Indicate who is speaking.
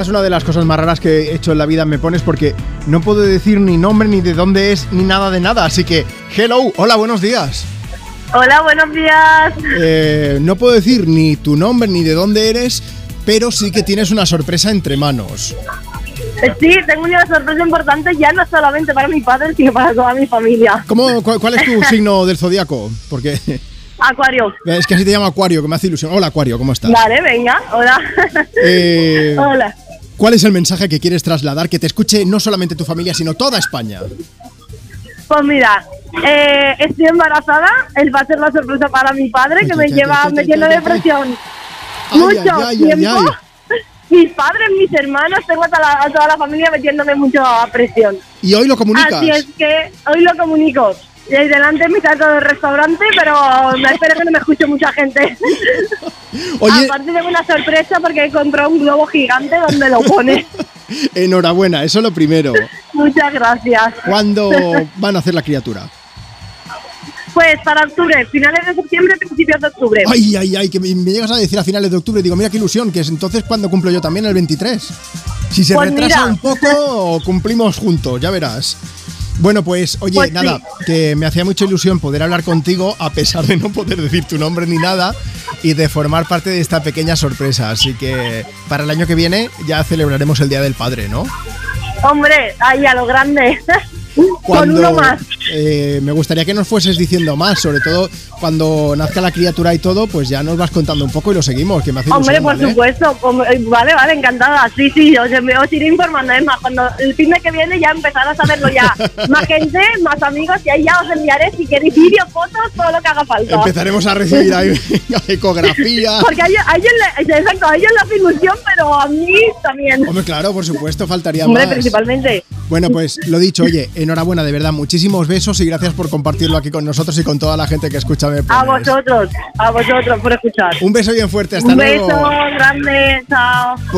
Speaker 1: Es una de las cosas más raras que he hecho en la vida, me pones, porque no puedo decir ni nombre, ni de dónde es, ni nada de nada. Así que, hello, hola, buenos días.
Speaker 2: Hola, buenos días.
Speaker 1: Eh, no puedo decir ni tu nombre, ni de dónde eres, pero sí que tienes una sorpresa entre manos.
Speaker 2: Eh, Sí, tengo una sorpresa importante ya no solamente para mi padre, sino para toda mi familia.
Speaker 1: ¿Cómo, cu- ¿Cuál es tu signo del zodiaco? Porque
Speaker 2: Acuario.
Speaker 1: es que así te llamo Acuario, que me hace ilusión. Hola, Acuario, ¿cómo estás?
Speaker 2: Vale, venga, hola.
Speaker 1: Eh,
Speaker 2: hola.
Speaker 1: ¿Cuál es el mensaje que quieres trasladar? Que te escuche no solamente tu familia, sino toda España.
Speaker 2: Pues mira, eh, estoy embarazada, él va a ser la sorpresa para mi padre que
Speaker 1: Ay,
Speaker 2: me
Speaker 1: ay, ay,
Speaker 2: lleva
Speaker 1: ay,
Speaker 2: metiendo
Speaker 1: ay, ay,
Speaker 2: depresión
Speaker 1: ay.
Speaker 2: mucho
Speaker 1: Ay, ay, ay, ay,
Speaker 2: tiempo. Mis padres, mis hermanos, tengo a toda, la, a toda la familia metiéndome mucho a presión.
Speaker 1: Y hoy lo comunicas.
Speaker 2: Así es que hoy lo comunico. Y ahí delante me salgo del restaurante, pero me espero que no me escuche mucha gente.
Speaker 1: Oye,
Speaker 2: Aparte tengo una sorpresa porque compró un globo gigante donde lo pone.
Speaker 1: enhorabuena, eso lo primero.
Speaker 2: Muchas gracias.
Speaker 1: ¿Cuándo van a hacer la criatura?
Speaker 2: Pues para octubre, finales de septiembre, principios de octubre.
Speaker 1: Ay, ay, ay, que me, me llegas a decir a finales de octubre. Digo, mira qué ilusión, que es entonces cuando cumplo yo también el 23. Si se
Speaker 2: Pues
Speaker 1: retrasa
Speaker 2: mira.
Speaker 1: un poco, cumplimos juntos, ya verás. Bueno, pues oye,
Speaker 2: Pues sí.
Speaker 1: nada, que me hacía mucha ilusión poder hablar contigo a pesar de no poder decir tu nombre ni nada y de formar parte de esta pequeña sorpresa. Así que para el año que viene ya celebraremos el Día del Padre, ¿no?
Speaker 2: Hombre, ahí a lo grande. Con
Speaker 1: cuando,
Speaker 2: uno más.
Speaker 1: eh, me gustaría que nos fueses diciendo más, sobre todo cuando nazca la criatura y todo, pues ya nos vas contando un poco y lo seguimos, que me hace
Speaker 2: Hombre,
Speaker 1: ilusión,
Speaker 2: por
Speaker 1: ¿vale?
Speaker 2: supuesto. Hombre, eh, Vale, vale, encantada. Sí, sí, os, os iré informando. Es más, cuando el fin de que viene ya empezar a saberlo ya. más gente, más amigos, y ahí ya os enviaré si queréis vídeos, fotos, todo lo que haga falta.
Speaker 1: Empezaremos a recibir ahí ecografía.
Speaker 2: Porque a ellos, a ellos le- exacto, a ellos la ilusión, pero a mí también.
Speaker 1: Hombre, claro, por supuesto, faltaría
Speaker 2: Hombre,
Speaker 1: más.
Speaker 2: principalmente.
Speaker 1: Bueno, pues lo dicho, oye, enhorabuena, de verdad, muchísimos besos y gracias por compartirlo aquí con nosotros y con toda la gente que escucha. Me
Speaker 2: A
Speaker 1: Pones.
Speaker 2: vosotros, a vosotros por escuchar.
Speaker 1: Un beso bien fuerte, hasta
Speaker 2: Un
Speaker 1: luego.
Speaker 2: beso grande, chao.